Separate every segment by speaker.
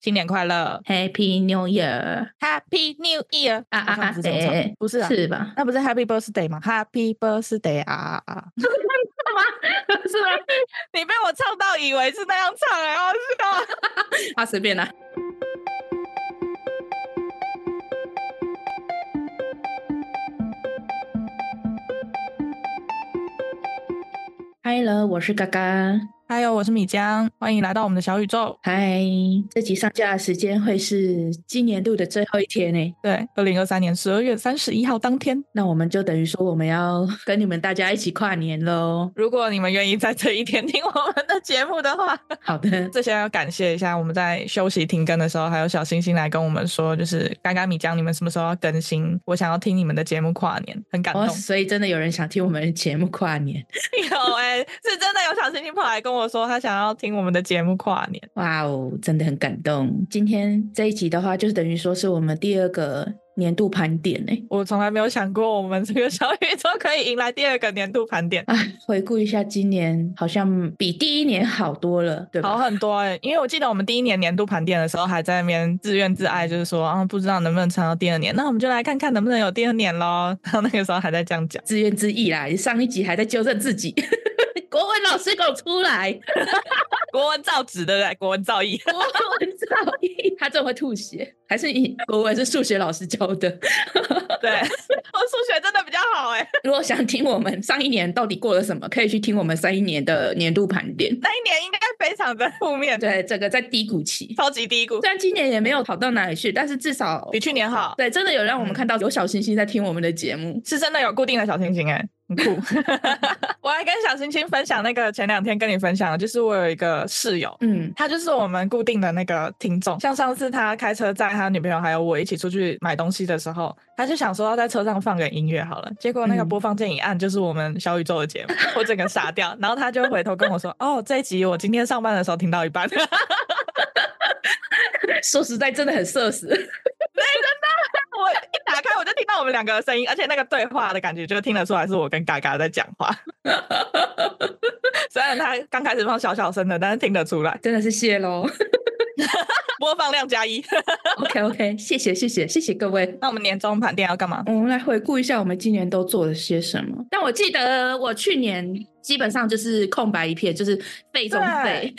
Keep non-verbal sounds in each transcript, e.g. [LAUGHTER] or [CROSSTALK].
Speaker 1: 新年快乐
Speaker 2: Happy New Year！
Speaker 1: ，Happy New Year！
Speaker 2: 啊啊
Speaker 1: 好像
Speaker 2: 啊
Speaker 1: 不！是这么唱
Speaker 2: 哎，
Speaker 1: 不是啊，
Speaker 2: 是吧？ [LAUGHS]
Speaker 1: 那不是 Happy Birthday 吗？Happy Birthday 啊啊啊！
Speaker 2: 是吧？
Speaker 1: 你被我唱到以为是那样唱、欸，好笑。
Speaker 2: 啊，随便啦。嗨了，我是嘎嘎。
Speaker 1: 还有，我是米江，欢迎来到我们的小宇宙。
Speaker 2: 嗨，这集上架的时间会是今年度的最后一天呢，
Speaker 1: 对，二零二三年十二月三十一号当天，。
Speaker 2: 那我们就等于说我们要 [LAUGHS] 跟你们大家一起跨年喽
Speaker 1: 如果你们愿意在这一天听我们的节目的话，
Speaker 2: 好的，
Speaker 1: 这些要 [LAUGHS] 感谢一下我们在休息停更的时候，还有小星星来跟我们说，就是刚刚米江，你们什么时候要更新？我想要听你们的节目跨年，很感动
Speaker 2: 哦，。所以真的有人想听我们的节目跨年，
Speaker 1: [LAUGHS] 有哎、是真的有小星星跑来跟我说，他想要听我们的节目跨年。
Speaker 2: 哇哦，真的很感动。今天这一集的话，就是等于说是我们第二个年度盘点欸呢。
Speaker 1: 我从来没有想过我们这个小宇宙可以迎来第二个年度盘点。 [LAUGHS]
Speaker 2: 哎，回顾一下，今年好像比第一年好多了，对
Speaker 1: 好
Speaker 2: 吧？
Speaker 1: 很多哎、因为我记得我们第一年年度盘点的时候，还在那边自怨自艾，就是说啊，不知道能不能撑到第二年，那我们就来看看能不能有第二年喽。 [LAUGHS] 然后那个时候还在这样讲，
Speaker 2: 自怨自艾啦，上一集还在纠正自己。 [LAUGHS] 国文老师给我出来！
Speaker 1: 国文造纸对不对？国文造诣，
Speaker 2: 国文造诣， [LAUGHS] 他这会吐血，还是你国文是数学老师教的？
Speaker 1: [LAUGHS]
Speaker 2: [LAUGHS]
Speaker 1: 对 [LAUGHS] 我数学真的比较好哎、
Speaker 2: 如果想听我们上一年到底过了什么，可以去听我们上一年的年度盘点。
Speaker 1: 那一年应该非常的负面，
Speaker 2: 对，这个在低谷期，
Speaker 1: 超级低谷，
Speaker 2: 虽然今年也没有好到哪里去，但是至少
Speaker 1: 比去年好，
Speaker 2: 对，真的有让我们看到有小星星在听我们的节目。
Speaker 1: 是真的有固定的小星星哎、很酷！ [LAUGHS] 我还跟小星星分享那个前两天跟你分享的，就是我有一个室友，
Speaker 2: 嗯，
Speaker 1: 他就是我们固定的那个听众。像上次他开车载他女朋友还有我一起出去买东西的时候，他就想说要在车上放个音乐好了，结果那个
Speaker 2: 嗯
Speaker 1: 播放键一按就是我们小宇宙的节目，我整个傻掉。然后他就回头跟我说：“ [LAUGHS] 哦，这一集我今天上班的时候听到一半。”
Speaker 2: [LAUGHS] 说实在，真的很社死。 [LAUGHS]
Speaker 1: 我一打开我就听到我们两个的声音，而且那个对话的感觉就听得出来是我跟嘎嘎在讲话。 [LAUGHS] 虽然他刚开始放小小声的，但是听得出来，
Speaker 2: 真的是谢喽。
Speaker 1: 播放量加一。
Speaker 2: [LAUGHS]
Speaker 1: [LAUGHS]
Speaker 2: OK OK，谢谢谢谢谢谢各位。
Speaker 1: 那我们年终盘点要干嘛？
Speaker 2: 我们来回顾一下我们今年都做了些什么。但我记得我去年基本上就是空白一片，就是废中废。 [LAUGHS]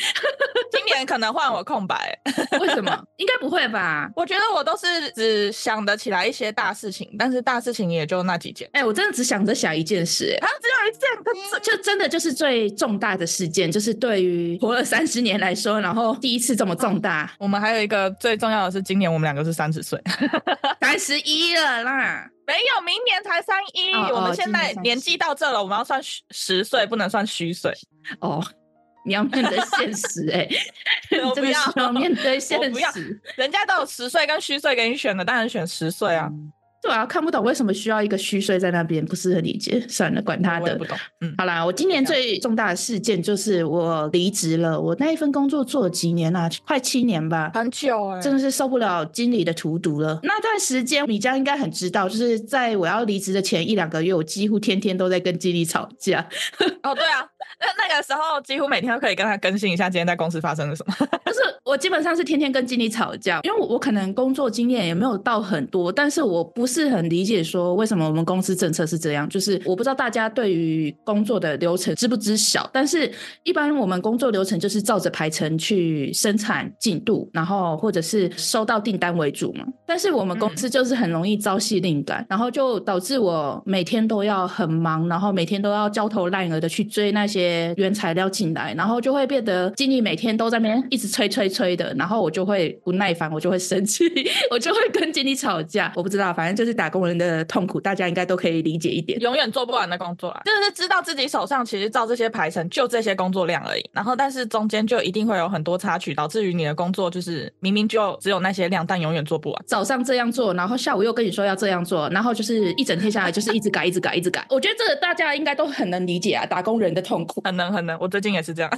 Speaker 1: 今年可能换我空白、 [LAUGHS]
Speaker 2: 为什么？应该不会吧？
Speaker 1: 我觉得我都是只想得起来一些大事情，但是大事情也就那几件。 [LAUGHS]
Speaker 2: 哎、我真的只想着想一件事、哎
Speaker 1: 啊，只有一件，可是
Speaker 2: 就真的就是最重大的事件，就是对于活了三十年来说，然后第一次这么重大， [LAUGHS]
Speaker 1: 我们还有一个最重要的是，今年我们两个是三十岁， [LAUGHS]
Speaker 2: 三十一了啦。
Speaker 1: 没有，明年才三一、
Speaker 2: 哦
Speaker 1: 我
Speaker 2: 哦
Speaker 1: 们现
Speaker 2: 今
Speaker 1: 在
Speaker 2: 年31
Speaker 1: 年纪到这了，我们要算虚十岁，不能算虚
Speaker 2: [LAUGHS]
Speaker 1: 岁。
Speaker 2: 哦，你要面对现
Speaker 1: [LAUGHS]
Speaker 2: 实、哎，
Speaker 1: 我
Speaker 2: 你
Speaker 1: 不
Speaker 2: 真的
Speaker 1: 要
Speaker 2: 是要面对
Speaker 1: 我
Speaker 2: 现
Speaker 1: 不要
Speaker 2: 实。
Speaker 1: 人家都有十岁跟虚岁给你选的，当然选十岁啊。
Speaker 2: 对啊，看不懂为什么需要一个虚岁在那边，不是很理解。算了，管他
Speaker 1: 我也
Speaker 2: 的
Speaker 1: 不。懂，嗯，
Speaker 2: 好啦，我今年最重大的事件就是我离职了。我那一份工作做了几年啦、快七年吧。
Speaker 1: 很久哎、
Speaker 2: 真的是受不了经理的荼毒
Speaker 1: 嗯
Speaker 2: 了。那段时间，米佳应该很知道，就是在我要离职的前一两个月，我几乎天天都在跟经理吵架。
Speaker 1: 哦，对啊，那那个时候几乎每天都可以跟他更新一下今天在公司发生了 [LAUGHS] 什么。
Speaker 2: 就是我基本上是天天跟经理吵架，因为我我可能工作经验也没有到很多，但是我不是很理解说为什么我们公司政策是这样，就是我不知道大家对于工作的流程知不知晓，但是一般我们工作流程就是照着排程去生产进度，然后或者是收到订单为主嘛，但是我们公司就是很容易朝夕令改，然后就导致我每天都要很忙，然后每天都要焦头烂额的去追那些原材料进来，然后就会变得经理每天都在那边一直催催催的，然后我就会不耐烦，我就会生气， [LAUGHS] 我就会跟经理吵架。我不知道，反正就是打工人的痛苦，大家应该都可以理解一点。
Speaker 1: 永远做不完的工作啦，就是知道自己手上其实照这些排程就这些工作量而已，然后但是中间就一定会有很多插曲，导致于你的工作就是明明就只有那些量，但永远做不完。
Speaker 2: 早上这样做，然后下午又跟你说要这样做，然后就是一整天下来就是一直改，一直改，一直改。我觉得这个大家应该都很能理解啊，打工人的痛苦。苦。
Speaker 1: 很能很能，我最近也是这样。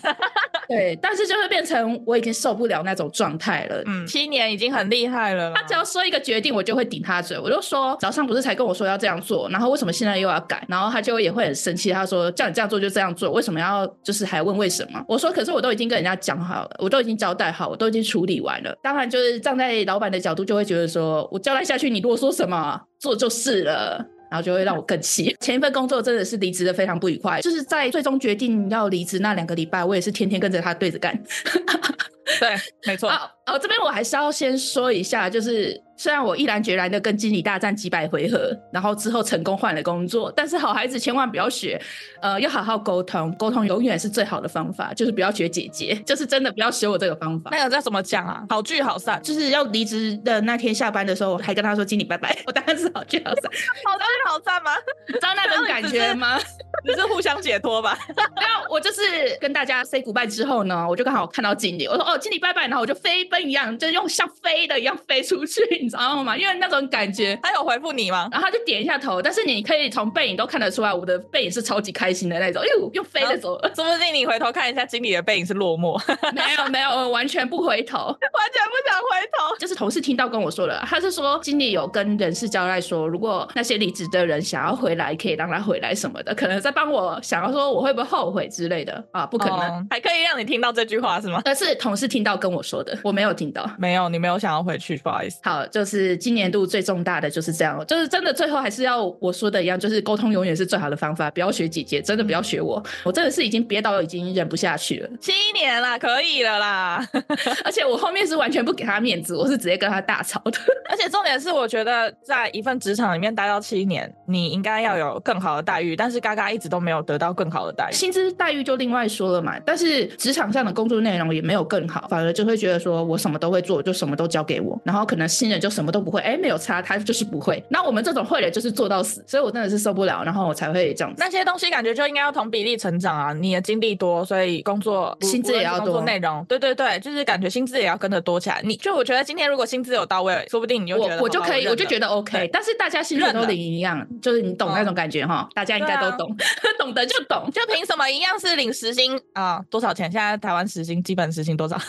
Speaker 2: 对，但是就会变成我已经受不了那种状态了。
Speaker 1: 嗯，七年已经很厉害了啦。
Speaker 2: 他只要说一个决定，我就会顶他嘴。我就说早上不是才跟我说要这样做，然后为什么现在又要改？然后他就也会很生气，他说叫你这样做就这样做，为什么要就是还问为什么？我说可是我都已经跟人家讲好了，我都已经交代好，我都已经处理完了。当然就是站在老板的角度，就会觉得说我交代下去，你啰嗦什么，做就是了。然后就会让我更气。 [LAUGHS] 前一份工作真的是离职的非常不愉快，就是在最终决定要离职那两个礼拜，我也是天天跟着他对着干。
Speaker 1: 对，没错。
Speaker 2: 啊哦，这边我还是要先说一下，就是虽然我毅然决然的跟经理大战几百回合，然后之后成功换了工作，但是好孩子千万不要学，呃，要好好沟通，沟通永远是最好的方法，就是不要学姐姐，就是真的不要学我这个方法。
Speaker 1: 那个叫怎么讲啊？好聚好散，
Speaker 2: 就是要离职的那天下班的时候，我还跟他说经理拜拜，我当然是好聚好散，
Speaker 1: 好聚好散吗？ [LAUGHS]
Speaker 2: 你知道那种感觉吗？ [LAUGHS]
Speaker 1: 只是互相解脱吧。
Speaker 2: 那我就是跟大家 say goodbye 之后呢，我就刚好看到经理，我说哦，经理拜拜，然后我就飞奔一样，就用像飞的一样飞出去，你知道吗？因为那种感觉。
Speaker 1: 他有回复你吗？ [LAUGHS]
Speaker 2: 然后他就点一下头，但是你可以从背影都看得出来，我的背影是超级开心的那种，因为我又飞着走了， [LAUGHS]
Speaker 1: 说不定你回头看一下经理的背影是落寞， [LAUGHS] 完
Speaker 2: 没有没有，我完全不回头。
Speaker 1: 全不想回头。
Speaker 2: 就是同事听到跟我说了，他是说经理有跟人事交代说，如果那些离职的人想要回来，可以让他回来什么的，可能在帮我想要说我会不会后悔之类的啊，不
Speaker 1: 不
Speaker 2: 可能。
Speaker 1: 哦还可以让你听到这句话是吗？
Speaker 2: 但是同事听到跟我说的，我没有听到。
Speaker 1: 没有，你没有想要回去，不好意思。
Speaker 2: 好，就是今年度最重大的就是这样，哦就是真的最后还是要我说的一样，就是沟通永远是最好的方法，不要学姐姐，真的不要学我，我真的是已经憋到已经忍不下去了，
Speaker 1: 七年啦，可以了啦。 [LAUGHS]
Speaker 2: 而且我后面是完全不给他面子，我是直接跟他大吵的。
Speaker 1: 而且重点是，我觉得在一份职场里面待到七年，你应该要有更好的待遇，但是嘎嘎一直都没有得到更好的待遇。
Speaker 2: 薪资待遇就另外说了嘛，但是职场上的工作内容也没有更好，反而就会觉得说我什么都会做，就什么都交给我，然后可能新人就什么都不会，哎，没有差，他就是不会。那我们这种会的就是做到死，所以我真的是受不了，然后我才会这样子。
Speaker 1: 那些东西感觉就应该要同比例成长啊！你的经历多，所以工作不
Speaker 2: 薪资也要
Speaker 1: 不论是工
Speaker 2: 多
Speaker 1: 作内容对对对，就是感觉薪资也要跟着多起来。你就我觉得今天如果薪资有到位，说不定你就觉得
Speaker 2: 我我就可以，我就
Speaker 1: 得
Speaker 2: 觉得 OK，
Speaker 1: 对
Speaker 2: 但是大家薪水都
Speaker 1: 认了嗯啊
Speaker 2: 领一样，就是你懂那种感觉哈，大家应该都懂， [LAUGHS] 懂得就懂，
Speaker 1: 就凭什么一样是领时薪啊？多少钱？现在台湾时薪基本时薪
Speaker 2: [LAUGHS]
Speaker 1: 多少？啊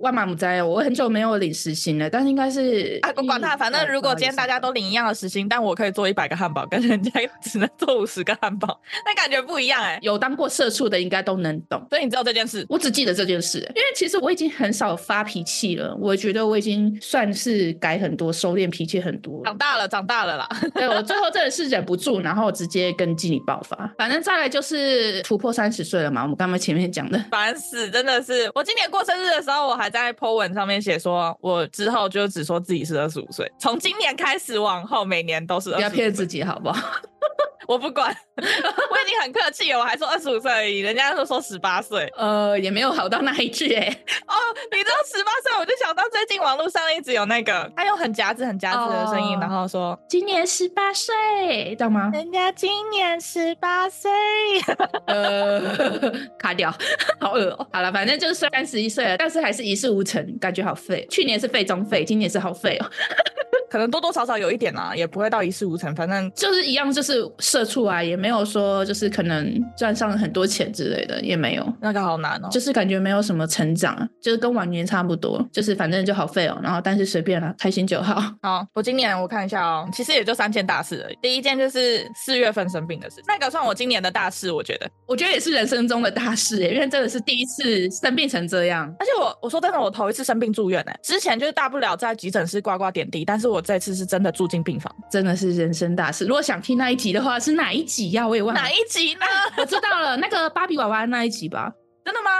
Speaker 2: 万马母灾哦！我很久没有领时薪了，但是应该是呃
Speaker 1: 啊，管他，反
Speaker 2: 嗯
Speaker 1: 正如果今天大家都领一样的时薪，但我可以做一百个汉堡，跟人家只能做五十个汉堡， [LAUGHS] 那感觉不一样哎、
Speaker 2: 有当过社畜的，应该都能懂。
Speaker 1: 所以你知道这件事，
Speaker 2: 我只记得这件事，因为其实我已经很少发脾气了，我觉得我已经算是改很多，收敛脾气很多了
Speaker 1: 长大了，长大了啦。
Speaker 2: 对我最后真的是忍不住，然后直接跟经理爆发。反正再来就是突破三十岁了嘛，我们刚刚前面讲的。
Speaker 1: 烦死，真的是！我今年过生日的时候，我还在 po 文上面写说，我之后就只说自己是二十五岁，从今年开始往后每年都是
Speaker 2: 不
Speaker 1: [LAUGHS] 二
Speaker 2: 要
Speaker 1: 十。
Speaker 2: 骗自己好不好？
Speaker 1: 我不管， [LAUGHS] 我已经很客气了，我还说二十五岁而已，人家都说十八岁。
Speaker 2: 呃，也没有好到哪一句哎、
Speaker 1: 哦， [LAUGHS] 你知道十八岁，我就想到最近网络上一直有那个，他用很夹子、很夹子的声音
Speaker 2: 哦
Speaker 1: 然后说
Speaker 2: 今年十八岁，懂吗？
Speaker 1: 人家今年十八岁。
Speaker 2: [LAUGHS]
Speaker 1: [LAUGHS]
Speaker 2: 呃， [LAUGHS] 卡掉，好恶哦、好了，反正就是三十一岁了，但是还是一事无成，感觉好废。去年是废中废，今年是好废哦、
Speaker 1: 可能多多少少有一点啦、也不会到一事无成。反正
Speaker 2: 就是一样，就是社畜啊，也没有说就是可能赚上很多钱之类的，也没有。
Speaker 1: 那个好难哦、
Speaker 2: 就是感觉没有什么成长，啊就是跟往年差不多，就是反正就好废哦。然后但是随便啦，开心就好。 [LAUGHS]
Speaker 1: 好，我今年我看一下哦，其实也就三件大事而已。第一件就是四月份生病的事，那个算我今年的大事，我觉得。
Speaker 2: 我觉得也是人生中的大事欸耶，因为真的是第一次生病成这样。
Speaker 1: 而且我我说真的，我头一次生病住院哎、之前就是大不了在急诊室挂挂点滴，但是我这次是真的住进病房。
Speaker 2: 真的是人生大事。如果想听那一集的话，是哪一集呀、我也忘了
Speaker 1: 哪。一集呢？
Speaker 2: [LAUGHS] 我知道了，那个芭比娃娃那一集吧，
Speaker 1: 真的吗？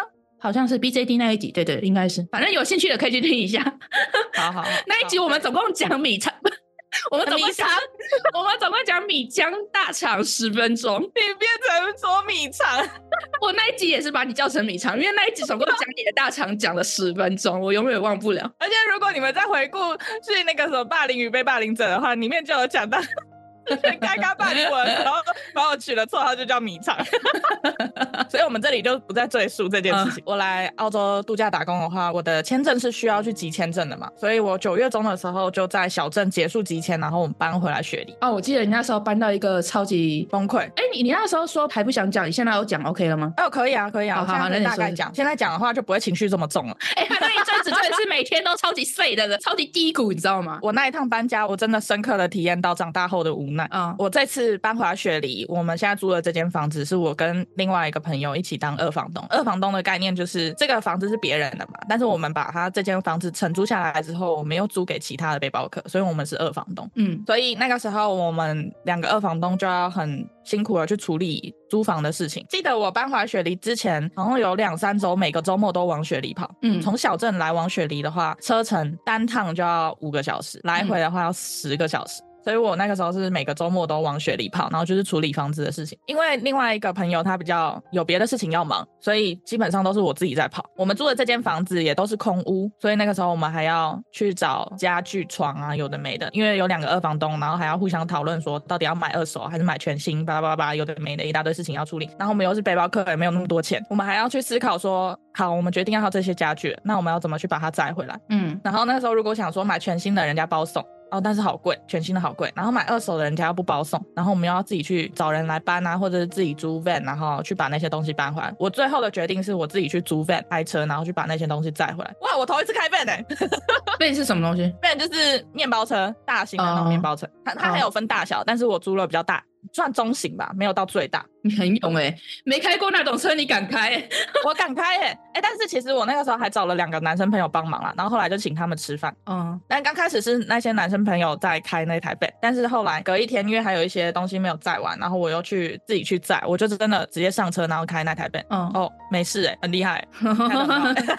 Speaker 2: 好像是 BJD 那一集。对对，应该是。反正有兴趣的可以去听一下 [LAUGHS]
Speaker 1: 好 [LAUGHS] 好好，
Speaker 2: 那一集。我们总共讲米仓， [LAUGHS] 我们总共讲
Speaker 1: 米，
Speaker 2: [LAUGHS] 我们总共讲米浆大肠十分钟。
Speaker 1: 你变成捉米肠，
Speaker 2: 我那一集也是把你叫成米肠，因为那一集总共讲你的大肠讲了十分钟，我永远忘不了。
Speaker 1: 而且如果你们再回顾去那个什么霸凌与被霸凌者的话，里面就有讲到 [LAUGHS] 全嘎嘎半文，然后把我取了绰号就叫米
Speaker 2: [LAUGHS]
Speaker 1: 肠，所以我们这里就不再赘述这件事情。
Speaker 2: 嗯
Speaker 1: 我来澳洲度假打工的话，我的签证是需要去集签证的嘛，所以我九月中的时候就在小镇结束集签，然后我们搬回来雪梨，
Speaker 2: 哦，我记得你那时候搬到一个超级，
Speaker 1: 崩溃。
Speaker 2: 哎，你你那时候说还不想讲，你现在有讲 OK 了吗？
Speaker 1: 哦，可以啊，可以啊，
Speaker 2: 好
Speaker 1: 我
Speaker 2: 好
Speaker 1: 现
Speaker 2: 好
Speaker 1: 在可
Speaker 2: 那
Speaker 1: 以
Speaker 2: 你
Speaker 1: 大
Speaker 2: 说
Speaker 1: 概
Speaker 2: 说
Speaker 1: 讲，现在讲的话就不会情绪这么重了。
Speaker 2: 哎，他那一阵子真的是每天都超级碎的，超级低谷，你知道吗？
Speaker 1: 我那一趟搬家，我真的深刻的体验到长大后的无奈。
Speaker 2: 啊、
Speaker 1: 我这次搬回来雪梨，我们现在租的这间房子是我跟另外一个朋友一起当二房东。二房东的概念就是这个房子是别人的嘛，但是我们把他这间房子承租下来之后，我们又租给其他的背包客，所以我们是二房东。
Speaker 2: 嗯，
Speaker 1: 所以那个时候，我们两个二房东就要很辛苦的去处理租房的事情。记得我搬回来雪梨之前，好像有两三周，每个周末都往雪梨跑。
Speaker 2: 嗯
Speaker 1: 从小镇来往雪梨的话，车程单趟就要五个小时，来回的
Speaker 2: 嗯
Speaker 1: 话要十个小时。所以我那个时候是每个周末都往雪梨跑，然后就是处理房子的事情。因为另外一个朋友他比较有别的事情要忙，所以基本上都是我自己在跑。我们住的这间房子也都是空屋，所以那个时候我们还要去找家具、床啊，有的没的。因为有两个二房东，然后还要互相讨论说到底要买二手啊还是买全新，巴拉巴拉巴拉，有的没的一大堆事情要处理。然后我们又是背包客，也没有那么多钱，我们还要去思考说，好，我们决定要这些家具了，那我们要怎么去把它载回来？
Speaker 2: 嗯
Speaker 1: 然后那时候如果想说买全新的，人家包送。哦，但是好贵，全新的好贵。然后买二手的，人家又不包送，然后我们又要自己去找人来搬啊，或者是自己租 van，然后去把那些东西搬回来。我最后的决定是我自己去租 van 开车，然后去把那些东西载回来。哇，我头一次开 van 哎、
Speaker 2: 那是什么东西？
Speaker 1: v a n 就是面包车，大型的那种面包车，它它还有分大小，但是我租了比较大，算中型吧，没有到最大。
Speaker 2: 你很勇哎、没开过那种车你敢开、
Speaker 1: 我敢开耶、欸，哎、但是其实我那个时候还找了两个男生朋友帮忙啦，然后后来就请他们吃饭。
Speaker 2: 嗯，
Speaker 1: 但刚开始是那些男生朋友在开那台 van，但是后来隔一天，因为还有一些东西没有载完，然后我又去自己去载，我就真的直接上车，然后开那台 van。
Speaker 2: 哦，
Speaker 1: 哦，没事哎、很厉害、欸，开得很好欸
Speaker 2: [LAUGHS]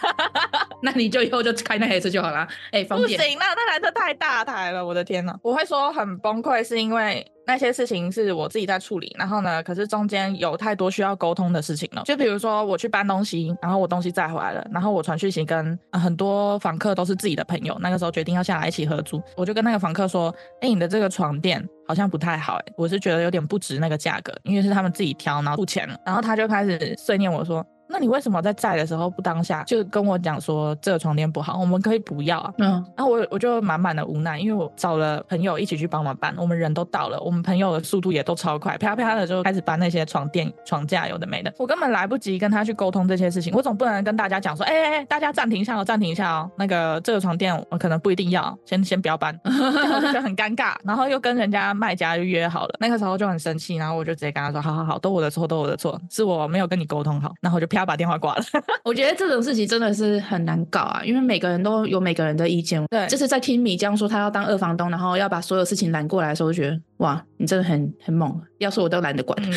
Speaker 2: 那你就以后就开那台车就好啦。哎、方
Speaker 1: 不
Speaker 2: 便。
Speaker 1: 行，那那台车太大台了，我的天呐！我会说很崩溃，是因为那些事情是我自己在处理，然后呢，可是中间有太多需要沟通的事情了。就比如说我去搬东西，然后我东西载回来了，然后我传讯息跟、呃很多房客都是自己的朋友，那个时候决定要下来一起合租，我就跟那个房客说，哎、你的这个床垫。好像不太好哎、我是觉得有点不值那个价格，因为是他们自己挑，然后付钱了，然后他就开始碎念我说：“那你为什么在载的时候不当下就跟我讲说这个床垫不好，我们可以不要啊？”
Speaker 2: 嗯
Speaker 1: 然后我我就满满的无奈，因为我找了朋友一起去帮忙搬，我们人都到了，我们朋友的速度也都超快，啪啪的就开始搬那些床垫、床架，有的没的，我根本来不及跟他去沟通这些事情，我总不能跟大家讲说，哎、哎、哎，大家暂停一下哦，暂停一下哦，那个这个床垫我可能不一定要，先先不要搬， [LAUGHS] 这样我就觉得很尴尬，然后又跟人家卖家就约好了，那个时候就很生气，然后我就直接跟他说，好好好，都我的错，都我的错，是我没有跟你沟通好，然后我就啪把电话挂了。
Speaker 2: 我觉得这种事情真的是很难搞啊，因为每个人都有每个人的意见。
Speaker 1: 对
Speaker 2: 这次在听米江说他要当二房东，然后要把所有事情揽过来的时候，我就觉得哇，你真的很很猛。要是我都懒得管。
Speaker 1: 嗯，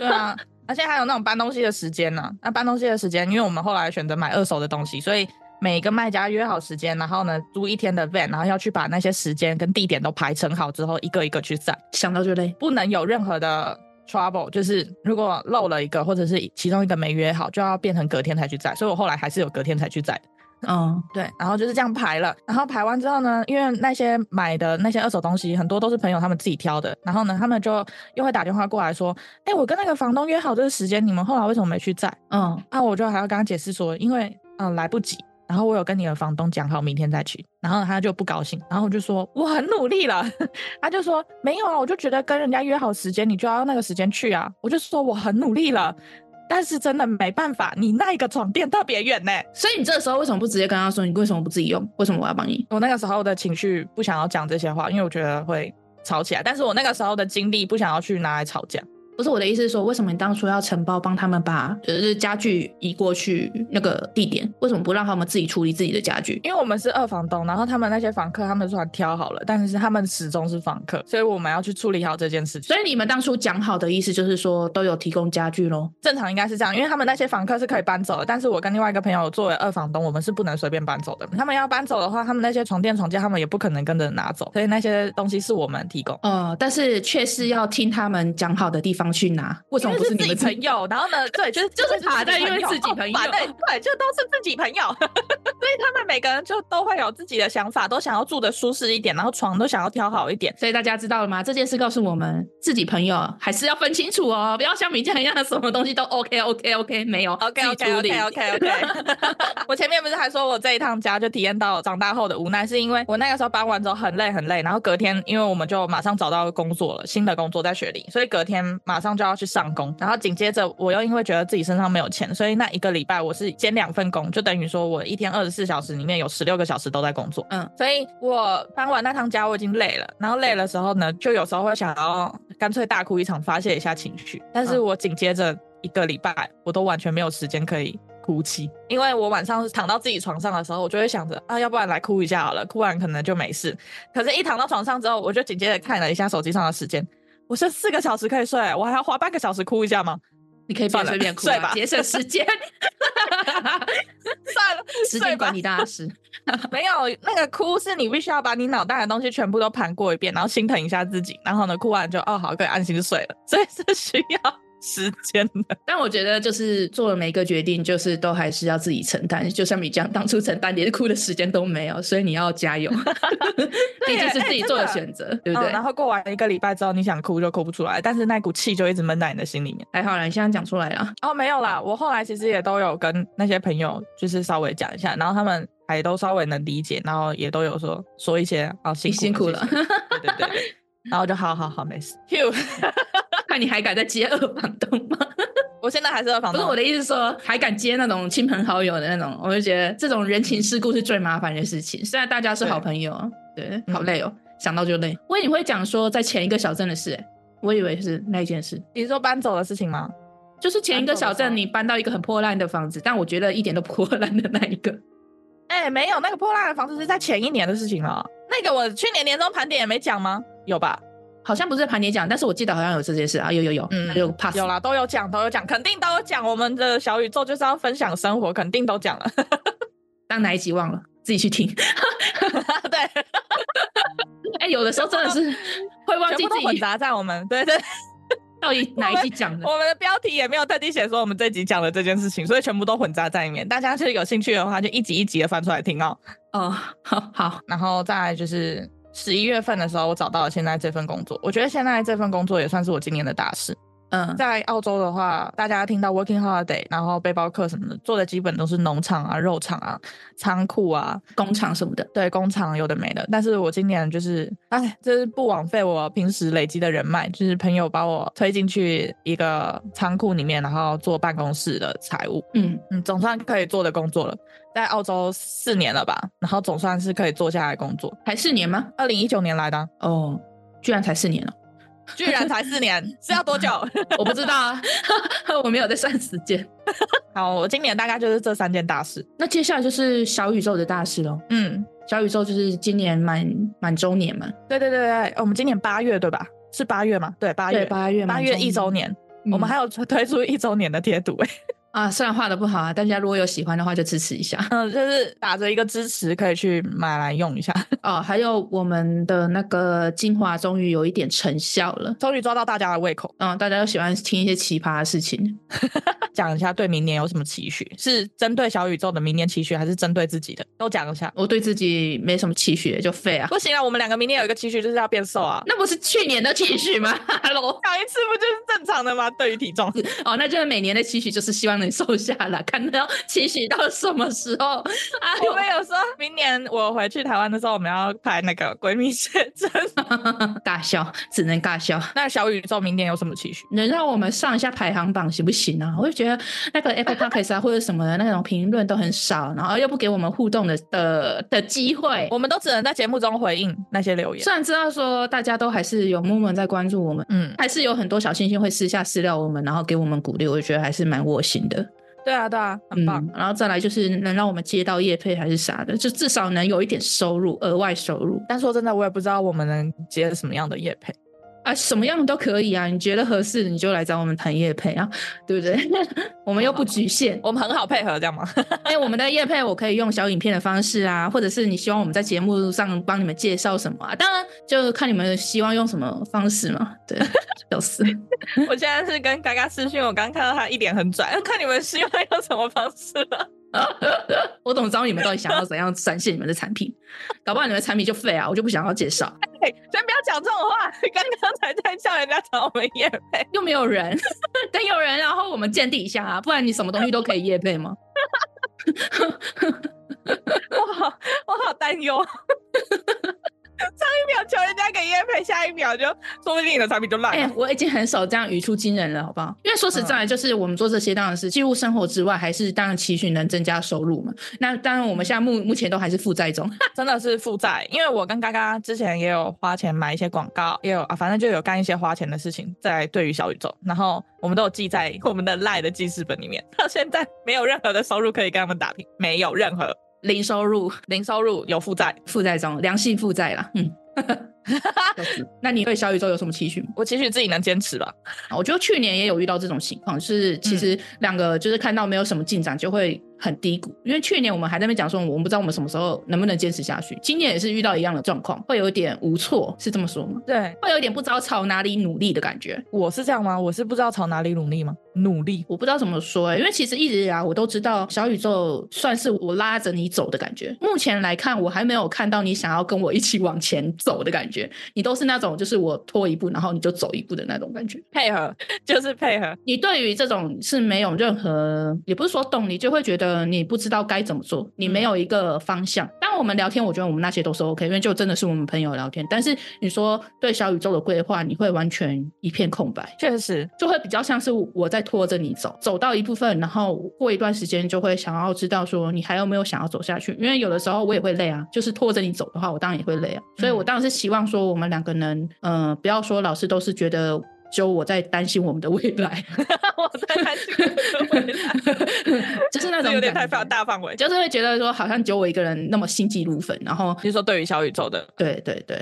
Speaker 1: 对啊，而且还有那种搬东西的时间呢、那搬东西的时间，因为我们后来选择买二手的东西，所以每个卖家约好时间，然后呢租一天的 van，然后要去把那些时间跟地点都排成好之后，一个一个去算，
Speaker 2: 想到就累。
Speaker 1: 不能有任何的 trouble，就是如果漏了一个或者是其中一个没约好，就要变成隔天才去载。所以我后来还是有隔天才去载。
Speaker 2: 嗯，
Speaker 1: 对，然后就是这样排了，然后排完之后呢，因为那些买的那些二手东西很多都是朋友他们自己挑的，然后呢，他们就又会打电话过来说，哎，我跟那个房东约好这个时间，你们后来为什么没去载？
Speaker 2: 嗯，
Speaker 1: 啊，我就还要跟他解释说，因为嗯、呃来不及，然后我有跟你的房东讲好明天再去，然后他就不高兴，然后我就说我很努力了， [LAUGHS] 他就说没有啊，我就觉得跟人家约好时间，你就要那个时间去啊，我就说我很努力了，但是真的没办法，你那一个床垫特别远呢、
Speaker 2: 所以你这时候为什么不直接跟他说？你为什么不自己用？为什么我要帮你？
Speaker 1: 我那个时候的情绪不想要讲这些话，因为我觉得会吵起来。但是我那个时候的经历不想要去拿来吵架。
Speaker 2: 不是我的意思是说，为什么你当初要承包帮他们把就是家具移过去那个地点？为什么不让他们自己处理自己的家具？
Speaker 1: 因为我们是二房东，然后他们那些房客他们虽然挑好了，但是他们始终是房客，所以我们要去处理好这件事情。
Speaker 2: 所以你们当初讲好的意思就是说都有提供家具咯。
Speaker 1: 正常应该是这样，因为他们那些房客是可以搬走的，但是我跟另外一个朋友作为二房东，我们是不能随便搬走的。他们要搬走的话，他们那些床垫、床架他们也不可能跟着拿走，所以那些东西是我们提供。
Speaker 2: 呃，但是却是要听他们讲好的地方去拿，为什么不
Speaker 1: 因为
Speaker 2: 你
Speaker 1: 自己
Speaker 2: 们
Speaker 1: 朋友？然后 [LAUGHS] 呢，对，就是
Speaker 2: 就是
Speaker 1: 都
Speaker 2: 把对因为自己
Speaker 1: 哦
Speaker 2: 朋友
Speaker 1: 把对对，就都是自己朋友， [LAUGHS] 所以他们每个人就都会有自己的想法，都想要住的舒适一点，然后床都想要挑好一点。
Speaker 2: 所以大家知道了吗？这件事告诉我们，自己朋友还是要分清楚哦，不要像米酱一样的什么东西都 OK OK OK 没有
Speaker 1: OK
Speaker 2: 自己
Speaker 1: OK
Speaker 2: 处理
Speaker 1: OK OK OK，我 [LAUGHS] 前面不是还说我这一趟家就体验到长大后的无奈，是因为我那个时候搬完之后很累很累，然后隔天因为我们就马上找到工作了，新的工作在雪梨，所以隔天马上就要去上工，然后紧接着我又因为觉得自己身上没有钱，所以那一个礼拜我是兼两份工，就等于说我一天二十四小时里面有十六个小时都在工作，
Speaker 2: 嗯，
Speaker 1: 所以我搬完那趟家我已经累了，然后累的时候呢，就有时候会想要干脆大哭一场发泄一下情绪，但是
Speaker 2: 嗯
Speaker 1: 我紧接着一个礼拜我都完全没有时间可以哭泣，因为我晚上躺到自己床上的时候，我就会想着啊，要不然来哭一下好了，哭完可能就没事。可是，一躺到床上之后，我就紧接着看了一下手机上的时间，我剩四个小时可以睡，我还要花半个小时哭一下吗？ [LAUGHS]
Speaker 2: 你可以不要随便哭、
Speaker 1: 算了睡
Speaker 2: 啊，
Speaker 1: 吧
Speaker 2: 节省时间，
Speaker 1: 算了，
Speaker 2: 时
Speaker 1: 睡
Speaker 2: 间
Speaker 1: 吧
Speaker 2: 管理大师。
Speaker 1: 没有，那个哭是你必须要把你脑袋的东西全部都盘过一遍，然后心疼一下自己，然后呢，哭完就哦好，可以安心睡了，所以是需要时间的。
Speaker 2: [LAUGHS] 但我觉得就是做了每一个决定，就是都还是要自己承担。就像米酱当初承担连哭的时间都没有，所以你要加 [LAUGHS] 油，毕竟是自己做的选择，对不哦
Speaker 1: 嗯
Speaker 2: 对？
Speaker 1: 然后过完一个礼拜之后，你想哭就哭不出来，但是那股气就一直闷在你的心里面。
Speaker 2: 还好啦，你现在讲出来了。
Speaker 1: 哦，没有啦，我后来其实也都有跟那些朋友就是稍微讲一下，然后他们还都稍微能理解，然后也都有说说一些哦辛
Speaker 2: 你
Speaker 1: 苦
Speaker 2: 辛苦了
Speaker 1: 谢， [LAUGHS] 谢对对对对，然后就好好好没事。Q，
Speaker 2: 看你还敢再接二房东吗？ [LAUGHS]
Speaker 1: 我现在还是二房
Speaker 2: 不
Speaker 1: 东，
Speaker 2: 是我的意思是说，还敢接那种亲朋好友的那种，我就觉得这种人情世故是最麻烦的事情。虽然大家是好朋友，啊对，
Speaker 1: 嗯
Speaker 2: 好累哦，想到就累。我以为你会讲说在前一个小镇的事、欸我以为是那一件事，
Speaker 1: 你说搬走的事情吗？
Speaker 2: 就是前一个小镇你搬到一个很破烂的房子，但我觉得一点都不破烂的那一个。
Speaker 1: 哎、没有，那个破烂的房子是在前一年的事情了。那个我去年年终盘点也没讲吗？有吧？
Speaker 2: 好像不是盘点讲，但是我记得好像有这件事啊，有有有，
Speaker 1: 嗯
Speaker 2: 那就 pass。
Speaker 1: 有啦，都有讲，都有讲，肯定都有讲。我们的小宇宙就是要分享生活，肯定都讲了。 [LAUGHS]
Speaker 2: 当哪一集忘了，自己去听。
Speaker 1: 对，
Speaker 2: 哎、有的时候真的是会忘记
Speaker 1: 全部
Speaker 2: 自
Speaker 1: 都混
Speaker 2: 己
Speaker 1: 杂在我们。对对，
Speaker 2: 到底哪一集讲的。
Speaker 1: [LAUGHS] 我们的标题也没有特地写说我们这集讲了这件事情，所以全部都混杂在里面。大家就是有兴趣的话，就一集一集的翻出来听哦。
Speaker 2: 哦，好好，
Speaker 1: 然后再来就是十一月份的时候，我找到了现在这份工作。我觉得现在这份工作也算是我今年的大事。
Speaker 2: 嗯，
Speaker 1: 在澳洲的话，大家听到 working holiday，然后背包客什么的，做的基本都是农场啊、肉场啊、仓库啊，
Speaker 2: 工厂什么的，
Speaker 1: 对，工厂有的没的。但是我今年就是，哎，这是不枉费我平时累积的人脉，就是朋友把我推进去一个仓库里面，然后做办公室的财务，
Speaker 2: 嗯，
Speaker 1: 嗯，总算可以做的工作了。在澳洲四年了吧，然后总算是可以做下来工作。
Speaker 2: 才四年吗？
Speaker 1: 二零一九年来的啊、
Speaker 2: 哦，居然才四年了，
Speaker 1: 居然才四年，是要多久？
Speaker 2: 我不知道啊， [LAUGHS] 我没有在算时间。
Speaker 1: 好，我今年大概就是这三件大事。
Speaker 2: 那接下来就是小宇宙的大事喽，
Speaker 1: 嗯，
Speaker 2: 小宇宙就是今年满满周年嘛，
Speaker 1: 对对对对，呃我们今年八月对吧？是八月吗？对，八
Speaker 2: 对，
Speaker 1: 月
Speaker 2: 八月
Speaker 1: 八
Speaker 2: 满
Speaker 1: 月一周，年，我们
Speaker 2: 嗯
Speaker 1: 还有推出一周年的贴图、欸，
Speaker 2: 啊，虽然画的不好啊，大家如果有喜欢的话就支持一下 [LAUGHS]
Speaker 1: 嗯，就是打着一个支持，可以去买来用一下。
Speaker 2: 哦。还有我们的那个精华终于有一点成效了，
Speaker 1: 终于抓到大家的胃口，
Speaker 2: 嗯，大家都喜欢听一些奇葩的事情。
Speaker 1: 讲一下对明年有什么期许，是针对小宇宙的明年期许，还是针对自己的？都讲一下。
Speaker 2: 我对自己没什么期许，就废啊，
Speaker 1: 不行啊，我们两个明年有一个期许就是要变瘦啊，
Speaker 2: 那不是去年的期许吗？Hello， [LAUGHS]
Speaker 1: 讲一次不就是正常的吗？对于体重，
Speaker 2: 哦，那就是每年的期许就是希望能瘦下来，看到期许到什么时候啊？
Speaker 1: 我们有说明年我回去台湾的时候，我们要拍那个闺蜜写真。
Speaker 2: 我大笑，只能大笑。
Speaker 1: 那小宇宙明年有什么期许？
Speaker 2: 能让我们上一下排行榜行不行啊？我就觉得那个 Apple Podcast 啊或者什么的那种评论都很少，然后又不给我们互动的呃的的机会。
Speaker 1: 我们都只能在节目中回应那些留言。
Speaker 2: 虽然知道说大家都还是有默默在关注我们，
Speaker 1: 嗯，
Speaker 2: 还是有很多小星星会私下私聊我们，然后给我们鼓励，我就觉得还是蛮窝心的。
Speaker 1: 对啊，对啊，很棒。
Speaker 2: 嗯，然后再来就是能让我们接到业配还是啥的，就至少能有一点收入，额外收入。
Speaker 1: 但说真的，我也不知道我们能接什么样的业配。
Speaker 2: 啊，什么样的都可以啊，你觉得合适你就来找我们谈业配啊， [LAUGHS] 对不对？我们又不
Speaker 1: [LAUGHS]
Speaker 2: 局限，
Speaker 1: 我们很好配合，这样吗？ [LAUGHS]
Speaker 2: 哎，我们的业配我可以用小影片的方式啊，或者是你希望我们在节目上帮你们介绍什么啊？当然就看你们希望用什么方式嘛。对，就是
Speaker 1: 我现在是跟嘎嘎私讯，我刚看到他一脸很拽，看你们希望用什么方式了。
Speaker 2: 我怎么知道你们到底想要怎样展现你们的产品？搞不好你们的产品就废啊，我就不想要介绍，
Speaker 1: [LAUGHS] 哎，先不要讲这种话，刚刚才在叫人家找我们叶配，
Speaker 2: 又没有人， [LAUGHS] 等有人然后我们鉴定一下啊，不然你什么东西都可以业配吗？
Speaker 1: 我好我好担忧。 [LAUGHS] 上一秒求人家给叶配，下一秒就说不定你的产品就烂
Speaker 2: 哎、
Speaker 1: 了。
Speaker 2: 我已经很少这样语出惊人了，好不好？因为说实在，就是我们做这些当然是记录生活之外，还是当然期许能增加收入嘛。那当然，我们现在目目前都还是负债中，
Speaker 1: 真的是负债，因为我跟嘎嘎之前也有花钱买一些广告，也有啊，反正就有干一些花钱的事情在对于小宇宙，然后我们都有记在我们的赖的记事本里面，到现在没有任何的收入可以跟他们打平，没有任何
Speaker 2: 零收入，
Speaker 1: 零收入，有负债。
Speaker 2: 负债中，良性负债啦。嗯， [LAUGHS] 就是那你对小宇宙有什么期许吗？
Speaker 1: 我期许自己能坚持吧，
Speaker 2: 我觉得去年也有遇到这种情况，就是其实两个就是看到没有什么进展就会很低谷，因为去年我们还在那边讲说我们不知道我们什么时候能不能坚持下去，今年也是遇到一样的状况，会有点无措，是这么说吗？
Speaker 1: 对，
Speaker 2: 会有点不知道朝哪里努力的感觉。
Speaker 1: 我是这样吗？我是不知道朝哪里努力吗？努力，
Speaker 2: 我不知道怎么说、欸，因为其实一直以来我都知道小宇宙算是我拉着你走的感觉。目前来看，我还没有看到你想要跟我一起往前走的感觉，你都是那种就是我拖一步，然后你就走一步的那种感觉。
Speaker 1: 配合就是配合， [LAUGHS]
Speaker 2: 你对于这种是没有任何，也不是说动力，就会觉得你不知道该怎么做，你没有一个方向。当我们聊天，我觉得我们那些都是 OK，因为就真的是我们朋友聊天。但是你说对小宇宙的规划，你会完全一片空白。
Speaker 1: 确实， [LAUGHS]
Speaker 2: 就会比较像是我在拖着你走，走到一部分，然后过一段时间就会想要知道说你还有没有想要走下去，因为有的时候我也会累啊，就是拖着你走的话，我当然也会累啊，所以我当然是希望说我们两个人，呃，不要说老是都是觉得。只有我在担心我们的未来，
Speaker 1: 我在担心我的未来
Speaker 2: 就是那种
Speaker 1: 有点
Speaker 2: 感
Speaker 1: 太
Speaker 2: 觉
Speaker 1: 放，大范围。
Speaker 2: 就是会觉得说好像只有我一个人那么心急如焚，然后
Speaker 1: 你说对于小宇宙的
Speaker 2: 对对对，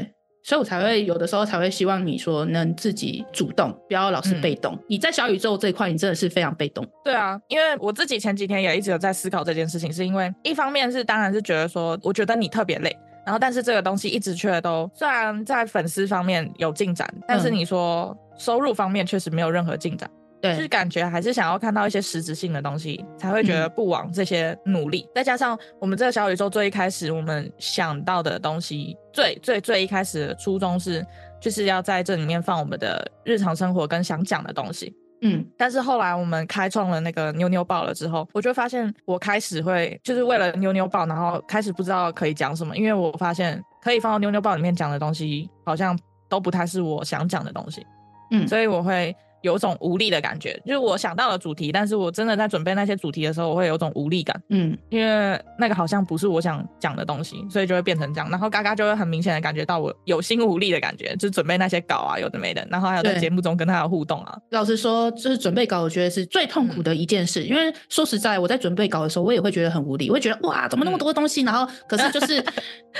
Speaker 2: 所以我才会有的时候才会希望你说能自己主动，不要老是
Speaker 1: 嗯
Speaker 2: 被动。你在小宇宙这一块，你真的是非常被动。
Speaker 1: 对啊，因为我自己前几天也一直有在思考这件事情，是因为一方面是当然是觉得说，我觉得你特别累，然后但是这个东西一直却都虽然在粉丝方面有进展，但是
Speaker 2: 嗯
Speaker 1: 你说收入方面确实没有任何进展，
Speaker 2: 对，
Speaker 1: 就是感觉还是想要看到一些实质性的东西，才会觉
Speaker 2: 嗯
Speaker 1: 得不枉这些努力。再加上我们这个小宇宙最一开始我们想到的东西，最最最一开始的初衷是，就是要在这里面放我们的日常生活跟想讲的东西。
Speaker 2: 嗯
Speaker 1: 但是后来我们开创了那个妞妞报了之后，我就发现我开始会就是为了妞妞报，然后开始不知道可以讲什么，因为我发现可以放到妞妞报里面讲的东西，好像都不太是我想讲的东西，
Speaker 2: 嗯，
Speaker 1: 所以我会有种无力的感觉。就是我想到了主题，但是我真的在准备那些主题的时候，我会有种无力感，
Speaker 2: 嗯
Speaker 1: 因为那个好像不是我想讲的东西，所以就会变成这样。然后嘎嘎就会很明显的感觉到我有心无力的感觉，就准备那些稿啊，有的没的，然后还有在
Speaker 2: 对
Speaker 1: 节目中跟他的互动啊，
Speaker 2: 老实说，就是准备稿，我觉得是最痛
Speaker 1: 嗯
Speaker 2: 苦的一件事。因为说实在，我在准备稿的时候，我也会觉得很无力，我会觉得哇，怎么
Speaker 1: 嗯
Speaker 2: 那么多东西？
Speaker 1: [LAUGHS]
Speaker 2: 然后可是就是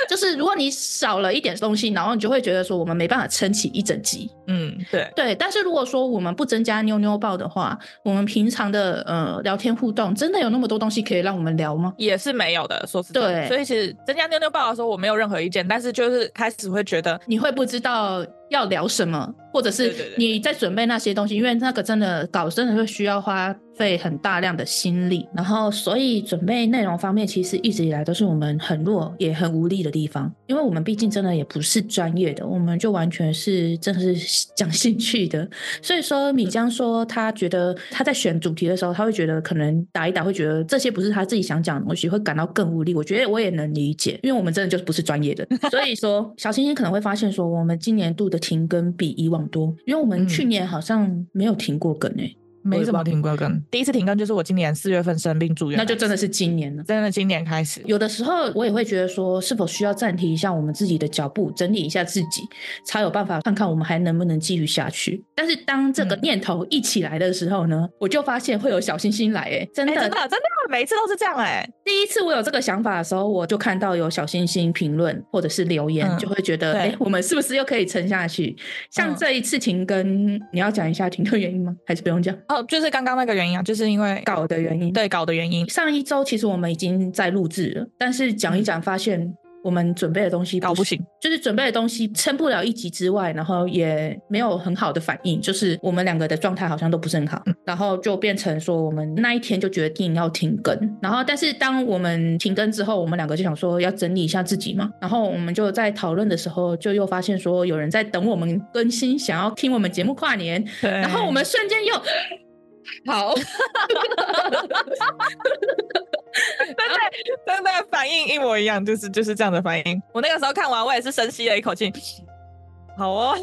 Speaker 2: 就是，如果你少了一点东西，然后你就会觉得说我们没办法撑起一整集。
Speaker 1: 嗯，对。
Speaker 2: 对，但是如果说我们不增加妞妞报的话，我们平常的呃聊天互动，真的有那么多东西可以让我们聊吗？
Speaker 1: 也是没有的，说实在，
Speaker 2: 对
Speaker 1: 所以其实增加妞妞报的时候，我没有任何意见，但是就是开始会觉得，
Speaker 2: 你会不知道要聊什么，或者
Speaker 1: 对对
Speaker 2: 是
Speaker 1: 对
Speaker 2: 你在准备那些东西，因为那个真的稿真的会需要花费很大量的心力，然后所以准备内容方面，其实一直以来都是我们很弱也很无力的地方，因为我们毕竟真的也不是专业的，我们就完全是真的是 [LAUGHS] 讲兴趣的，所以说，米江说他觉得他在选主题的时候，他会觉得可能打一打会觉得这些不是他自己想讲的东西，会感到更无力。我觉得我也能理解，因为我们真的就不是专业的，所以说小星星可能会发现说，我们今年度的停更比以往多，因为我们
Speaker 1: 嗯
Speaker 2: 去年好像没有停过更诶、欸
Speaker 1: 没怎么停过更。第一次停更就是我今年四月份生病住院，
Speaker 2: 那就真的是今年了。
Speaker 1: 真的今年开始。
Speaker 2: 有的时候我也会觉得说，是否需要暂停一下我们自己的脚步，整理一下自己，才有办法看看我们还能不能继续下去。但是当这个
Speaker 1: 嗯
Speaker 2: 念头一起来的时候呢，我就发现会有小星星来、欸，哎，真
Speaker 1: 哎、
Speaker 2: 的，嗯
Speaker 1: 真的真的，每一次都是这样哎、
Speaker 2: 第第一次我有这个想法的时候，我就看到有小星星评论或者是留言，
Speaker 1: 嗯
Speaker 2: 就会觉得，
Speaker 1: 对
Speaker 2: 哎、我们是不是又可以撑下去？像
Speaker 1: 嗯
Speaker 2: 这一次停更，你要讲一下停更原因吗？还是不用讲？
Speaker 1: 哦，就是刚刚那个原因啊，就是因为
Speaker 2: 搞的原因
Speaker 1: 对搞的原因
Speaker 2: 上一周其实我们已经在录制了，但是讲一讲发现我们准备的东西
Speaker 1: 嗯搞不
Speaker 2: 行，
Speaker 1: 行，
Speaker 2: 就是准备的东西撑不了一集之外，然后也没有很好的反应，就是我们两个的状态好像都不是很好，然后就变成说我们那一天就决定要停更，然后但是当我们停更之后，我们两个就想说要整理一下自己嘛，然后我们就在讨论的时候，就又发现说有人在等我们更新，想要听我们节目跨年，
Speaker 1: 对，
Speaker 2: 然后我们瞬间又 [LAUGHS] 好。
Speaker 1: 真的反应一模一样，就是就是这样的反应。我那个时候看完，我也是深吸了一口气。好哦，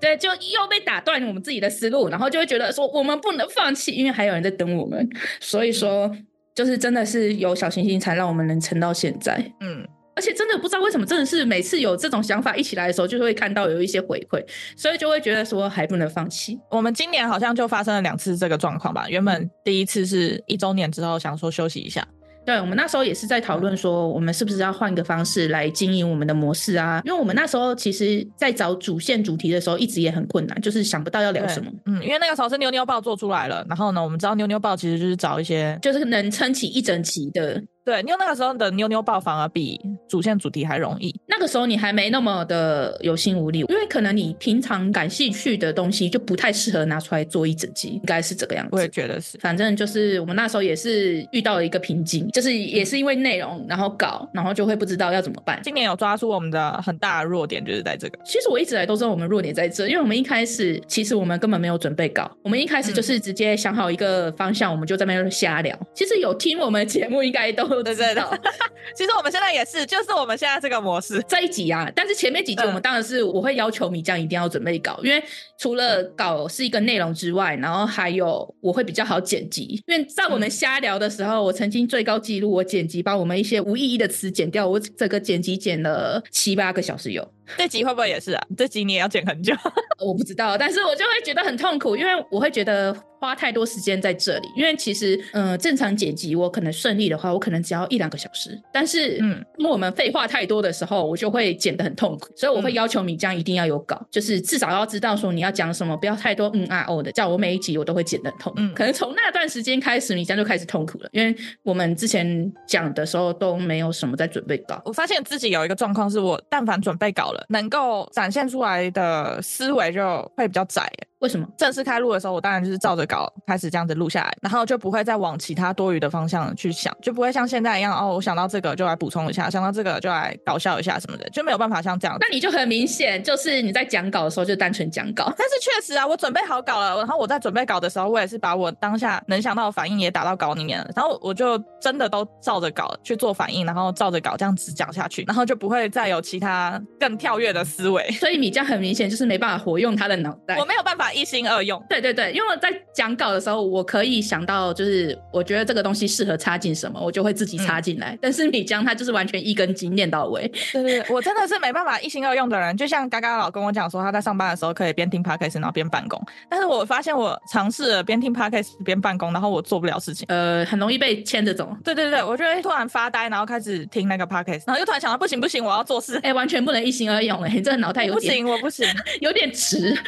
Speaker 2: 对，就又被打断我们自己的思路，然后就会觉得说我们不能放弃，因为还有人在等我们。所以说，就是真的是有小星星才让我们能撑到现在。
Speaker 1: 嗯，
Speaker 2: 而且真的不知道为什么，真的是每次有这种想法一起来的时候，就会看到有一些回馈，所以就会觉得说还不能放弃。
Speaker 1: 我们今年好像就发生了两次这个状况吧。原本第一次是一周年之后想说休息一下，
Speaker 2: 对，我们那时候也是在讨论说，我们是不是要换个方式来经营我们的模式啊？因为我们那时候其实，在找主线主题的时候，一直也很困难，就是想不到要聊
Speaker 1: 对
Speaker 2: 什么。
Speaker 1: 嗯，因为那个时候是妞妞报做出来了，然后呢，我们知道妞妞报其实就是找一些
Speaker 2: 就是能撑起一整期的
Speaker 1: 对，因为那个时候的妞妞报反而比主线主题还容易，
Speaker 2: 那个时候你还没那么的有心无力，因为可能你平常感兴趣的东西就不太适合拿出来做一整集，应该是这个样
Speaker 1: 我也
Speaker 2: 子。
Speaker 1: 觉得是。
Speaker 2: 反正就是我们那时候也是遇到了一个瓶颈，就是也是因为内容，然后搞，然后就会不知道要怎么办。
Speaker 1: 今年有抓出我们的很大的弱点，就是在这个，
Speaker 2: 其实我一直来都知道我们弱点在这，因为我们一开始其实我们根本没有准备稿，我们一开始就是直接想好一个方向，我们就在那边瞎聊。其实有听我们节目应该都
Speaker 1: 对
Speaker 2: 知
Speaker 1: 对对
Speaker 2: 道，
Speaker 1: [LAUGHS] 其实我们现在也是，就是我们现在这个模式，
Speaker 2: 这一集啊，但是前面几集
Speaker 1: 嗯
Speaker 2: 我们当然是我会要求米酱一定要准备稿，因为除了稿是一个内容之外，然后还有我会比较好剪辑，因为在我们瞎聊的时候，我曾经最高纪录我剪辑把我们一些无意义的词剪掉，我整个剪辑剪了七八个小时有，
Speaker 1: 这集会不会也是啊？这集你也要剪很久， [LAUGHS]
Speaker 2: 我不知道，但是我就会觉得很痛苦，因为我会觉得花太多时间在这里，因为其实嗯、呃正常剪辑我可能顺利的话，我可能只要一两个小时，但是
Speaker 1: 嗯。
Speaker 2: 因为我们废话太多的时候，我就会剪得很痛苦，所以我会
Speaker 1: 嗯
Speaker 2: 要求米酱一定要有稿，就是至少要知道说你要讲什么，不要太多嗯啊哦的。叫我每一集我都会剪得很痛苦，
Speaker 1: 嗯
Speaker 2: 可能从那段时间开始，米酱就开始痛苦了，因为我们之前讲的时候都没有什么在准备稿，
Speaker 1: 我发现自己有一个状况，是我但凡准备稿了，能够展现出来的思维就会比较窄。
Speaker 2: 为什么？
Speaker 1: 正式开录的时候，我当然就是照着稿开始这样子录下来，然后就不会再往其他多余的方向去想，就不会像现在一样哦，我想到这个就来补充一下，想到这个就来搞笑一下什么的，就没有办法像这样子。
Speaker 2: 那你就很明显就是你在讲稿的时候就单纯讲稿，
Speaker 1: 但是确实啊，我准备好稿了，然后我在准备稿的时候，我也是把我当下能想到的反应也打到稿里面了，然后我就真的都照着稿去做反应，然后照着稿这样子讲下去，然后就不会再有其他更跳跃的思维。 [LAUGHS]
Speaker 2: 所以米酱很明显就是没办法活用他的脑袋
Speaker 1: 我。没有办法一心二用。
Speaker 2: 对对对，因为我在讲稿的时候，我可以想到，就是我觉得这个东西适合插进什么，我就会自己插进来。但是米江他就是完全一根筋念到尾，
Speaker 1: 对对对，我真的是没办法一心二用的人。就像嘎嘎老跟我讲说，他在上班的时候可以边听 podcast 然后边办公，但是我发现我尝试了边听 podcast 边办公，然后我做不了事情。
Speaker 2: 呃，很容易被牵着走。
Speaker 1: 对对对，我就会突然发呆，然后开始听那个 podcast，然后又突然想到不行不行，我要做 [LAUGHS] 事。
Speaker 2: 哎、完全不能一心二用、哎，你这个脑袋有
Speaker 1: 不
Speaker 2: 点
Speaker 1: 行，我不 [LAUGHS] 行。
Speaker 2: 有点直。 [LAUGHS]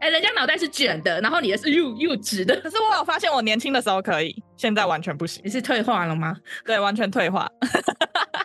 Speaker 2: 哎、人家脑袋是卷的，然后你的是又又直的，
Speaker 1: 可是我有发现，我年轻的时候可以，现在完全不行。
Speaker 2: 你是退化了吗？
Speaker 1: 对，完全退化。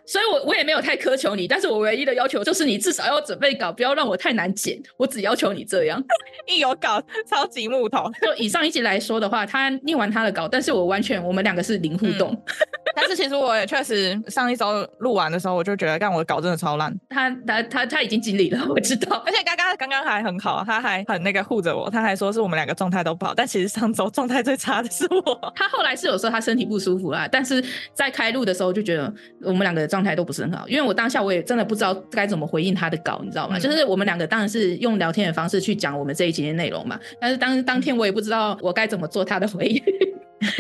Speaker 2: 所以我我也没有太苛求你，但是我唯一的要求就是你至少要准备稿，不要让我太难剪，我只要求你这样。
Speaker 1: 一有稿，超级木头。
Speaker 2: [LAUGHS] 就以上一集来说的话，他念完他的稿，但是我完全我们两个是零互动。
Speaker 1: [LAUGHS] 但是其实我也确实上一周录完的时候，我就觉得，干我的稿真的超烂。
Speaker 2: 他他他他已经尽力了，我知道。
Speaker 1: 而且刚刚刚刚还很好，他还很那个护着我，他还说是我们两个状态都不好，但其实上周状态最差的是我。
Speaker 2: 他后来是有说他身体不舒服啦，但是在开录的时候就觉得我们两个的状态都不是很好，因为我当下我也真的不知道该怎么回应他的稿，你知道吗？
Speaker 1: 嗯
Speaker 2: 就是我们两个当然是用聊天的方式去讲我们这一集的内容嘛，但是当当天我也不知道我该怎么做他的回应， [LAUGHS]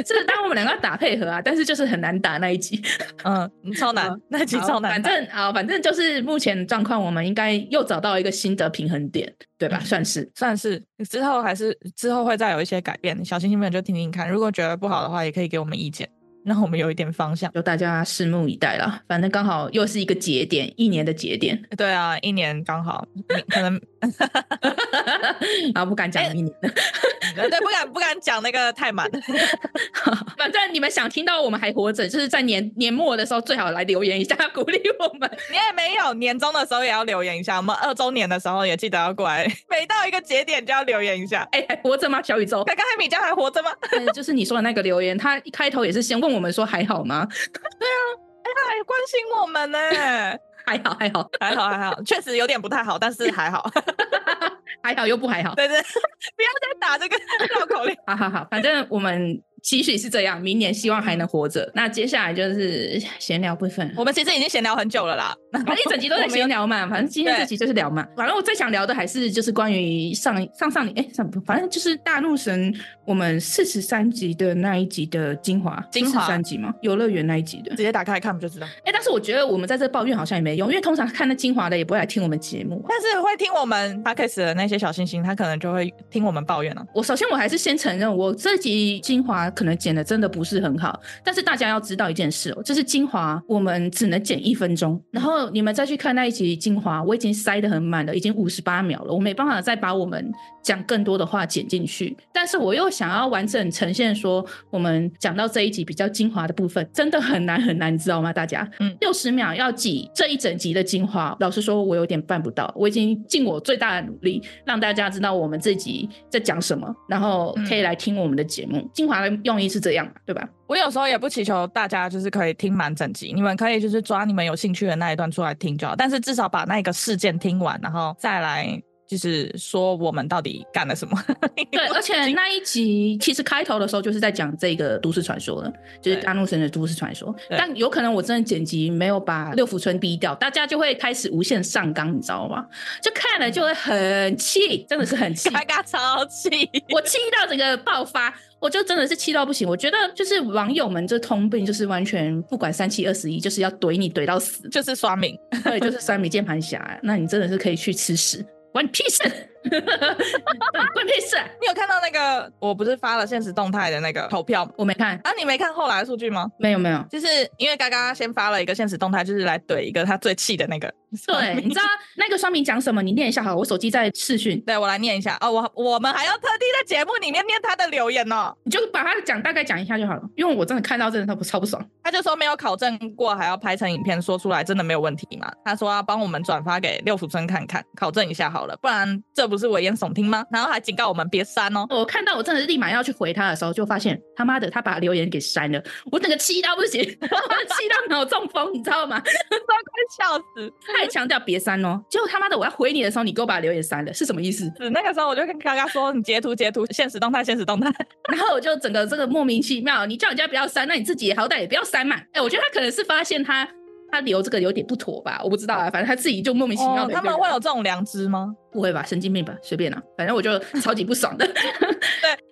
Speaker 2: 就是当我们两个要打配合啊，但是就是很难打那一集。
Speaker 1: 嗯，超难，那集
Speaker 2: 好
Speaker 1: 超难
Speaker 2: 反
Speaker 1: 打。
Speaker 2: 正啊、反正就是目前状况，我们应该又找到一个新的平衡点，对吧？
Speaker 1: 嗯
Speaker 2: 算是。
Speaker 1: 算是之后还是之后会再有一些改变，小星星们就听听看。如果觉得不好的话，也可以给我们意见。让我们有一点方向。
Speaker 2: 就大家拭目以待啦。反正刚好又是一个节点，一年的节点
Speaker 1: [LAUGHS] 对啊，一年刚好，你可能
Speaker 2: 啊，不敢
Speaker 1: 哎
Speaker 2: 讲一年了。
Speaker 1: [LAUGHS] 对不敢不敢讲那个太满。
Speaker 2: 反正你们想听到我们还活着，就是在年年末的时候，最好来留言一下，鼓励我们。
Speaker 1: [LAUGHS] 你也没有，年终的时候也要留言一下。我们二周年的时候也记得要过来， [LAUGHS] 每到一个节点就要留言一下。
Speaker 2: 哎、还活着吗？小宇宙， [LAUGHS]
Speaker 1: 刚刚艾米酱还活着吗？ [LAUGHS] 哎
Speaker 2: 但是就是你说的那个留言，他一开头也是先问我们说还好吗？
Speaker 1: 他还关心我们呢、
Speaker 2: 还好，还好，
Speaker 1: 还好 [LAUGHS] 还好，确实有点不太好，但是还 [LAUGHS] 好。
Speaker 2: 还好又不还好，
Speaker 1: 对对，不要再打 [LAUGHS] 这个绕口令。
Speaker 2: 哈哈哈。反正我们期许是这样，明年希望还能活着。那接下来就是闲聊部分，
Speaker 1: 我们其实已经闲聊很久了啦，
Speaker 2: 反正一整集都在嗯闲聊嘛，反正今天这集就是聊嘛。反正我最想聊的还是就是关于上上上哎上不，反正就是大怒神我们四十三集的那一集的精华，
Speaker 1: 精华
Speaker 2: 三集嘛，游乐园那一集的
Speaker 1: 直。接打开看不就知道。
Speaker 2: 哎、但是我觉得我们在这抱怨好像也没用，因为通常看那精华的也不会来听我们节目。啊
Speaker 1: 但是会听我们 podcast 的那些小星星，他可能就会听我们抱怨了、
Speaker 2: 我首先我还是先承认，我这集精华可能剪的真的不是很好，但是大家要知道一件事哦，就是精华我们只能剪一分钟，然后你们再去看那一集精华，我已经塞得很满了，已经五十八秒了，我没办法再把我们讲更多的话剪进去，但是我又想要完整呈现说我们讲到这一集比较精华的部分，真的很难很难，你知道吗？大家，
Speaker 1: 嗯
Speaker 2: 六十秒要挤这一整集的精华，老实说，我有点办不到，我已经尽我最大的努力，让大家知道我们自己在讲什么，然后
Speaker 1: 嗯
Speaker 2: 可以来听我们的节目。精华的用意是这样嘛，对吧？
Speaker 1: 我有时候也不祈求大家就是可以听满整集，你们可以就是抓你们有兴趣的那一段出来听就好，但是至少把那个事件听完，然后再来就是说我们到底干了什么。 [LAUGHS]
Speaker 2: 对，而且那一集其实开头的时候就是在讲这个都市传说了，就是
Speaker 1: 对
Speaker 2: 大怒神的都市传说。
Speaker 1: 对
Speaker 2: 但有可能我真的剪辑没有把六福村逼掉，大家就会开始无限上纲，你知道吗？就看了就会很气，真的是很气。
Speaker 1: 嘎嘎超气，。
Speaker 2: [LAUGHS] 我气到整个爆发，我就真的是气到不行。我觉得就是网友们这通病，就是完全不管三七二十一，就是要怼你怼到死
Speaker 1: 就是刷屏。
Speaker 2: 对，就是三米键盘侠，那你真的是可以去吃屎，关你屁事， [LAUGHS] 对关你屁事。
Speaker 1: 你有看到那个我不是发了现实动态的那个投票吗？
Speaker 2: 我没看，
Speaker 1: 啊，你没看后来的数据吗？
Speaker 2: 没有没有。
Speaker 1: 就是因为嘎嘎先发了一个现实动态，就是来怼一个他最气的那个。
Speaker 2: [LAUGHS] 对，你知道那个双明讲什么？你念一下好了，我手机在视讯，
Speaker 1: 对我来念一下哦，我我们还要特地在节目里面念他的留言哦。
Speaker 2: 你就把他讲大概讲一下就好了，因为我真的看到真的超超不爽。
Speaker 1: 他就说没有考证过，还要拍成影片说出来，真的没有问题嘛？他说要啊帮我们转发给六福村看看，考证一下好了，不然这不是危言耸听吗？然后还警告我们别删哦。 [LAUGHS]
Speaker 2: 我看到我真的是立马要去回他的时候，就发现他妈的他把留言给删了，我整个气到不行， [LAUGHS] 我气到脑中风，你知道吗？
Speaker 1: 笑死！
Speaker 2: 他还强调别删哦，结果他妈的我要回你的时候，你给我把留言删了，是什么
Speaker 1: [LAUGHS]
Speaker 2: 意思？
Speaker 1: 死那个时候我就跟嘎嘎说，你截图截图，现实动态现实动态。
Speaker 2: 然后我就整个这个莫名其妙，你叫人家不要删，那你自己也好歹也不要删嘛。哎，我觉得他可能是发现他他留这个有点不妥吧，我不知道啊，反正他自己就莫名其妙
Speaker 1: 哦
Speaker 2: 的、，
Speaker 1: 他们会有这种良知吗？
Speaker 2: 不会吧？神经病吧？随便啦、反正我就超级不爽的。对， [LAUGHS] 因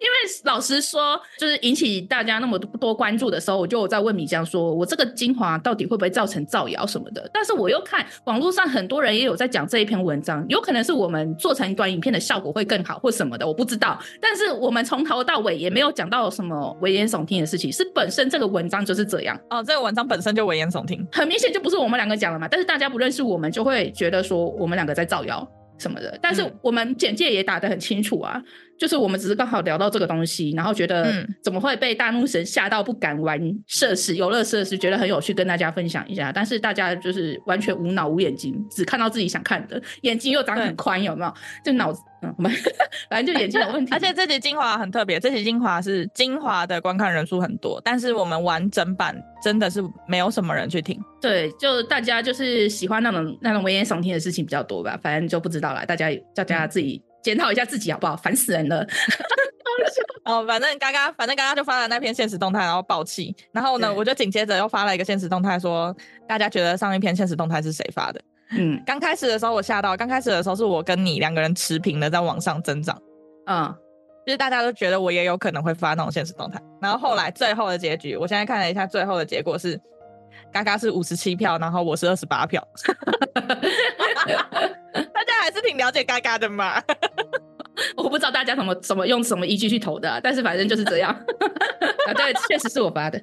Speaker 2: 为老实说，就是引起大家那么多关注的时候，我就有在问米江说，我这个精华到底会不会造成造谣什么的？但是我又看网络上很多人也有在讲这一篇文章，有可能是我们做成短影片的效果会更好或什么的，我不知道。但是我们从头到尾也没有讲到什么危言耸听的事情，是本身这个文章就是这样。
Speaker 1: 哦，这个文章本身就危言耸听。
Speaker 2: 很明显就不是我们两个讲了嘛，但是大家不认识我们，就会觉得说我们两个在造谣什么的。但是
Speaker 1: 嗯
Speaker 2: 我们简介也打得很清楚啊，就是我们只是刚好聊到这个东西，然后觉得
Speaker 1: 嗯
Speaker 2: 怎么会被大怒神吓到不敢玩设施、游乐设施，觉得很有趣，跟大家分享一下。但是大家就是完全无脑无眼睛，只看到自己想看的，眼睛又长得很
Speaker 1: 对
Speaker 2: 宽，有没有？就脑子，嗯，我们 [LAUGHS] 反正就眼睛有问
Speaker 1: [LAUGHS]
Speaker 2: 题，
Speaker 1: 而且这集精华很特别，这集精华是精华的观看人数很多，但是我们完整版真的是没有什么人去听。
Speaker 2: 对，就大家就是喜欢那种那种危言耸听的事情比较多吧，反正就不知道啦，大家大家自己检讨一下自己好不好？烦死人了！
Speaker 1: 哦，反正刚刚，反正刚刚就发了那篇现实动态，然后爆气。然后呢，
Speaker 2: 对
Speaker 1: 我就紧接着又发了一个现实动态说，大家觉得上一篇现实动态是谁发的？
Speaker 2: 嗯
Speaker 1: 刚开始的时候我吓到，刚开始的时候是我跟你两个人持平的在往上增长，
Speaker 2: 嗯，
Speaker 1: 就是大家都觉得我也有可能会发那种现实动态。然后后来最后的结局，我现在看了一下，最后的结果是。嘎嘎是五十七票，然后我是二十八票， [LAUGHS] [LAUGHS] 大家还是挺了解嘎嘎的嘛。
Speaker 2: 我不知道大家怎么怎么用什么依据去投的啊、但是反正就是这样。 [LAUGHS] 啊，对，确实是我发的。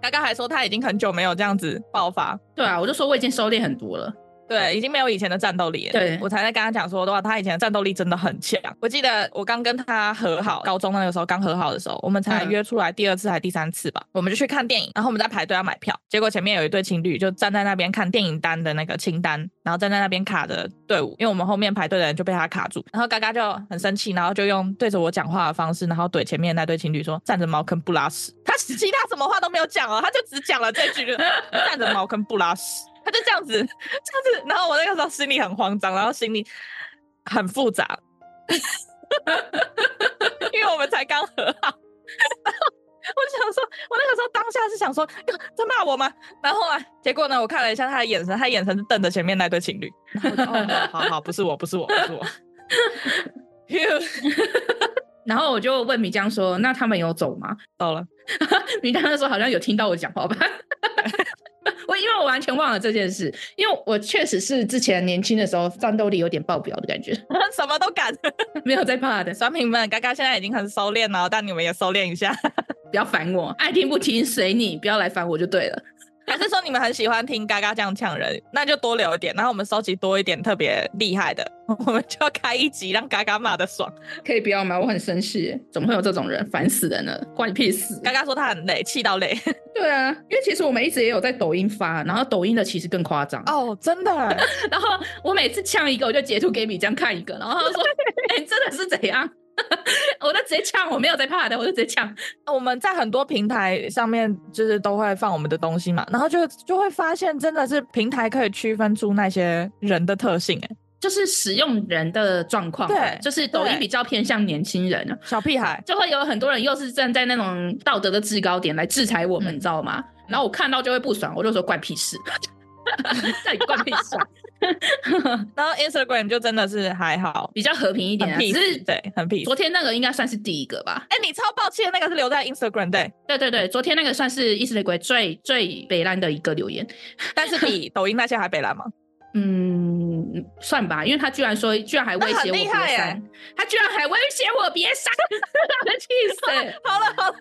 Speaker 1: 刚刚还说他已经很久没有这样子爆发，
Speaker 2: 对啊，我就说我已经收敛很多了。
Speaker 1: 对，已经没有以前的战斗力了。
Speaker 2: 对
Speaker 1: 我才在跟他讲说的话，他以前的战斗力真的很强。我记得我刚跟他和好，高中那个时候刚和好的时候，我们才
Speaker 2: 嗯
Speaker 1: 约出来第二次还第三次吧，我们就去看电影，然后我们在排队要买票，结果前面有一对情侣就站在那边看电影单的那个清单，然后站在那边卡的队伍，因为我们后面排队的人就被他卡住，然后嘎嘎就很生气，然后就用对着我讲话的方式，然后怼前面那对情侣说站着茅坑不拉屎，他其他什么话都没有讲哦，他就只讲了这句 [LAUGHS] 就站着茅坑不拉屎。他就这样子，这样子，然后我那个时候心里很慌张，然后心里很复杂，因为我们才刚和好。然后我就想说，我那个时候当下是想说，哟在骂我吗？然后啊，结果呢，我看了一下他的眼神，他眼神是瞪着前面那对情侣。 [LAUGHS] 然后我就哦，好好好，不是我，不是我，不是我。 [LAUGHS]
Speaker 2: 然后我就问米江说：“那他们有走吗 [LAUGHS]
Speaker 1: 到了，？” [LAUGHS]
Speaker 2: 米江那时候好像有听到我讲话吧。 [LAUGHS] 我因为我完全忘了这件事，因为我确实是之前年轻的时候战斗力有点爆表的感觉， [LAUGHS]
Speaker 1: 什么都敢。 [LAUGHS]
Speaker 2: 没有在怕的，
Speaker 1: 酸品们，嘎嘎现在已经很收敛了，但你们也收敛一下。
Speaker 2: 不要烦我，爱听不听随你，不要来烦我就对了。
Speaker 1: 还是说你们很喜欢听嘎嘎这样呛人，那就多留一点，然后我们收集多一点特别厉害的， [LAUGHS] 我们就要开一集让嘎嘎骂的爽。
Speaker 2: 可以不要吗？我很生气，怎么会有这种人？烦死人了，关你屁事！
Speaker 1: 嘎嘎说他很累，气到累。
Speaker 2: 对啊，因为其实我们一直也有在抖音发，然后抖音的其实更夸张。
Speaker 1: [LAUGHS] 哦，真的，
Speaker 2: 然后我每次呛一个，我就截图给米江看一个，然后他就
Speaker 1: [LAUGHS]
Speaker 2: 说：“哎、你真的是怎样？” [LAUGHS] 我就直接呛，我没有在怕的，我就直接呛。
Speaker 1: [LAUGHS] 我们在很多平台上面就是都会放我们的东西嘛，然后就就会发现真的是平台可以区分出那些人的特性、哎，
Speaker 2: 就是使用人的状况，啊
Speaker 1: 对
Speaker 2: 就是抖音
Speaker 1: 对
Speaker 2: 比较偏向年轻人，
Speaker 1: 小屁孩，
Speaker 2: 就会有很多人又是站在那种道德的制高点来制裁我们，
Speaker 1: 嗯
Speaker 2: 你知道吗？然后我看到就会不爽，我就说关
Speaker 1: [LAUGHS]
Speaker 2: 屁事，到底关屁事啊、
Speaker 1: 然后 Instagram 就真的是还好，
Speaker 2: 比较和平一点、
Speaker 1: 很
Speaker 2: 啊。
Speaker 1: 屁
Speaker 2: 只
Speaker 1: 事，
Speaker 2: 是
Speaker 1: 对，很屁事。
Speaker 2: 昨天那个应该算是第一个吧？
Speaker 1: 哎、你超抱歉，那个是留在 Instagram 对，
Speaker 2: 对对对，昨天那个算是伊斯雷鬼最最北烂的一个留言，
Speaker 1: 但是比抖音那些还北蓝吗？
Speaker 2: 嗯，算吧，因为他居然说，居然还威
Speaker 1: 那很
Speaker 2: 胁我
Speaker 1: 厉
Speaker 2: 别
Speaker 1: 害
Speaker 2: 删，
Speaker 1: 欸
Speaker 2: 他居然还威胁我别删， [LAUGHS] 气死！
Speaker 1: 好了好了，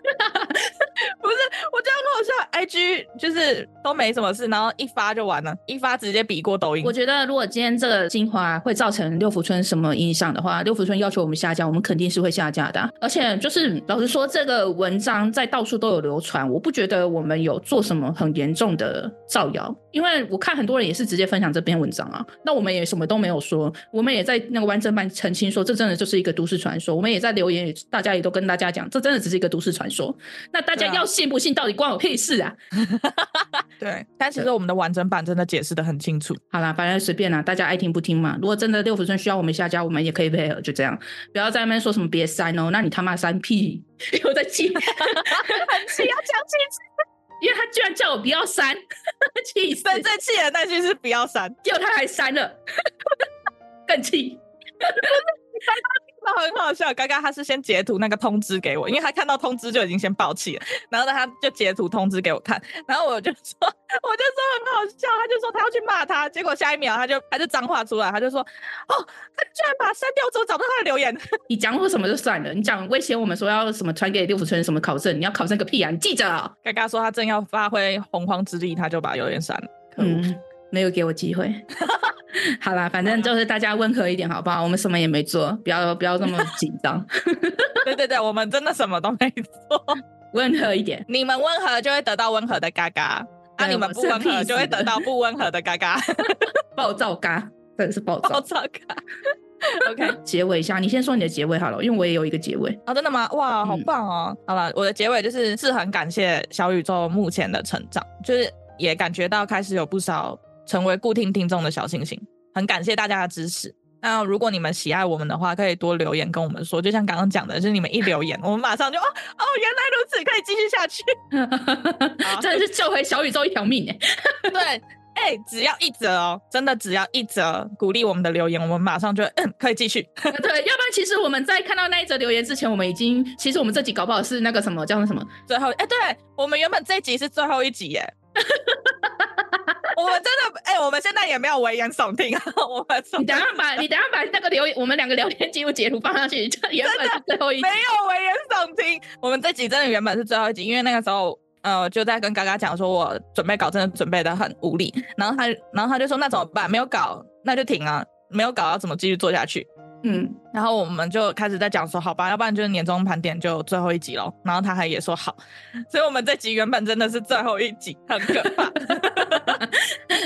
Speaker 1: [LAUGHS] 不是我这样很好笑，IG 就是都没什么事，然后一发就完了，一发直接比过抖音
Speaker 2: 我。觉得如果今天这个精华会造成六福村什么影响的话，六福村要求我们下架，我们肯定是会下架的啊、而且就是老实说，这个文章在到处都有流传，我不觉得我们有做什么很严重的造谣，因为我看很多人也是直接分享这篇文章啊，那我们也什么都没有说，我们也在那个完整版澄清说，这真的就是一个都市传说，我们也在留言里，大家也都跟大家讲，这真的只是一个都市传说，那大家
Speaker 1: 对啊
Speaker 2: 要信不信到底关我屁事啊？
Speaker 1: 对，但其实我们的完整版真的解释的很清楚。
Speaker 2: 好啦，反正随便啦，大家爱听不听嘛。如果真的六福村需要我们下架，我们也可以配合，就这样。不要在那边说什么别删哦，那你他妈删屁！ [LAUGHS] 我在气，因
Speaker 1: 很气，要讲清楚。
Speaker 2: 为他居然叫我不要删， [LAUGHS] 气死！
Speaker 1: 最最气的那句是不要删，
Speaker 2: 结果他还删了， [LAUGHS] 更气。
Speaker 1: 那很好笑。刚刚他是先截图那个通知给我，因为他看到通知就已经先爆气了，然后呢他就截图通知给我看，然后我就说我就说很好笑，他就说他要去骂他，结果下一秒他就他就脏话出来，他就说哦，他居然把他删掉，我怎么找不到他的留言？
Speaker 2: 你讲我什么就算了，你讲威胁我们说要什么传给六福村什么考证，你要考证个屁啊！你记着哦，
Speaker 1: 嘎嘎说他正要发挥洪荒之力，他就把留言删了。可恶，
Speaker 2: 嗯，没有给我机会。 [LAUGHS] 好啦，反正就是大家温和一点好不好？我们什么也没做，不要不要那么紧张，
Speaker 1: 对对对，我们真的什么都没 [LAUGHS] 做。
Speaker 2: 温和一点。
Speaker 1: 你们温和就会得到温和的嘎嘎，啊，
Speaker 2: 对
Speaker 1: 你们
Speaker 2: 我
Speaker 1: 不
Speaker 2: 是
Speaker 1: 温
Speaker 2: 屁
Speaker 1: 和就
Speaker 2: 死
Speaker 1: 会得
Speaker 2: 的
Speaker 1: 到不温和的嘎 [LAUGHS] 嘎。
Speaker 2: 暴躁嘎，真的是暴躁。
Speaker 1: 爆炸嘎。OK，
Speaker 2: 结尾一下，你先说你的结尾好了，因为我也有一个结
Speaker 1: [LAUGHS]
Speaker 2: 尾。
Speaker 1: 哦，真的吗？哇，好
Speaker 2: 嗯
Speaker 1: 棒哦！好了，我的结尾就是是很感谢小宇宙目前的成长，就是也感觉到开始有不少成为固定听众的小星星，很感谢大家的支持。那如果你们喜爱我们的话，可以多留言跟我们说，就像刚刚讲的，就是你们一留 [LAUGHS] 言，我们马上就哦哦，原来如此，可以继续下去。好
Speaker 2: 真的是救回小宇宙一条命哎、
Speaker 1: 对，哎、只要一折哦，真的只要一折，鼓励我们的留言，我们马上就嗯可以继续。
Speaker 2: 对，要不然其实我们在看到那一则留言之前，我们已经其实我们这集搞不好是那个什么叫做什么，
Speaker 1: [LAUGHS] 最后，哎、对我们原本这一集是最后一集耶。我们真的，哎、我们现在也没有危言耸听啊，我们说
Speaker 2: 你等一下把你等一下把那个留言，我们两个聊天记录截图放上去，这原本是最后一集
Speaker 1: 没有危言耸听。我们这集真的原本是最后一集，因为那个时候。呃，就在跟嘎嘎讲说，我准备稿真的准备的很无力，然后他，然后他就说那怎么办？没有稿那就停啊，没有稿要怎么继续做下去？
Speaker 2: 嗯，
Speaker 1: 然后我们就开始在讲说，好吧，要不然就是年终盘点就最后一集喽。然后他还也说好， [LAUGHS] 所以我们这集原本真的是最后一集，很可
Speaker 2: [LAUGHS]
Speaker 1: 怕。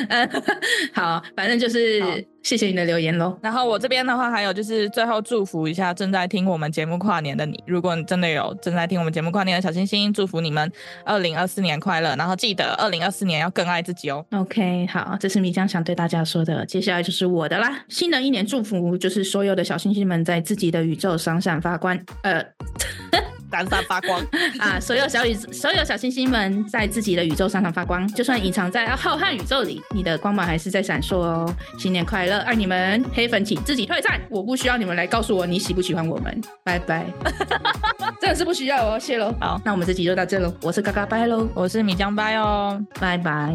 Speaker 2: 呃， [LAUGHS] 好，反正就是
Speaker 1: 好
Speaker 2: 谢谢你的留言喽。
Speaker 1: 然后我这边的话，还有就是最后祝福一下正在听我们节目跨年的你，如果你真的有正在听我们节目跨年的小星星，祝福你们二零二四年快乐。然后记得二零二四年要更爱自己哦。
Speaker 2: OK，好，这是米江想对大家说的，接下来就是我的啦。新的一年祝福就是所有的小星星们在自己的宇宙闪闪发光，呃
Speaker 1: 闪闪发光，
Speaker 2: 啊，所有小宇所有小星星们在自己的宇宙闪闪发光，就算隐藏在浩瀚宇宙里，你的光芒还是在闪烁哦。新年快乐，爱你们，黑粉请自己退散，我不需要你们来告诉我你喜不喜欢我们，拜拜， [LAUGHS] 真的是不需要哦，谢喽。
Speaker 1: 好
Speaker 2: [LAUGHS] 那我们这集就到这喽，我是嘎嘎拜喽，
Speaker 1: 我是米江拜哦。
Speaker 2: 拜拜。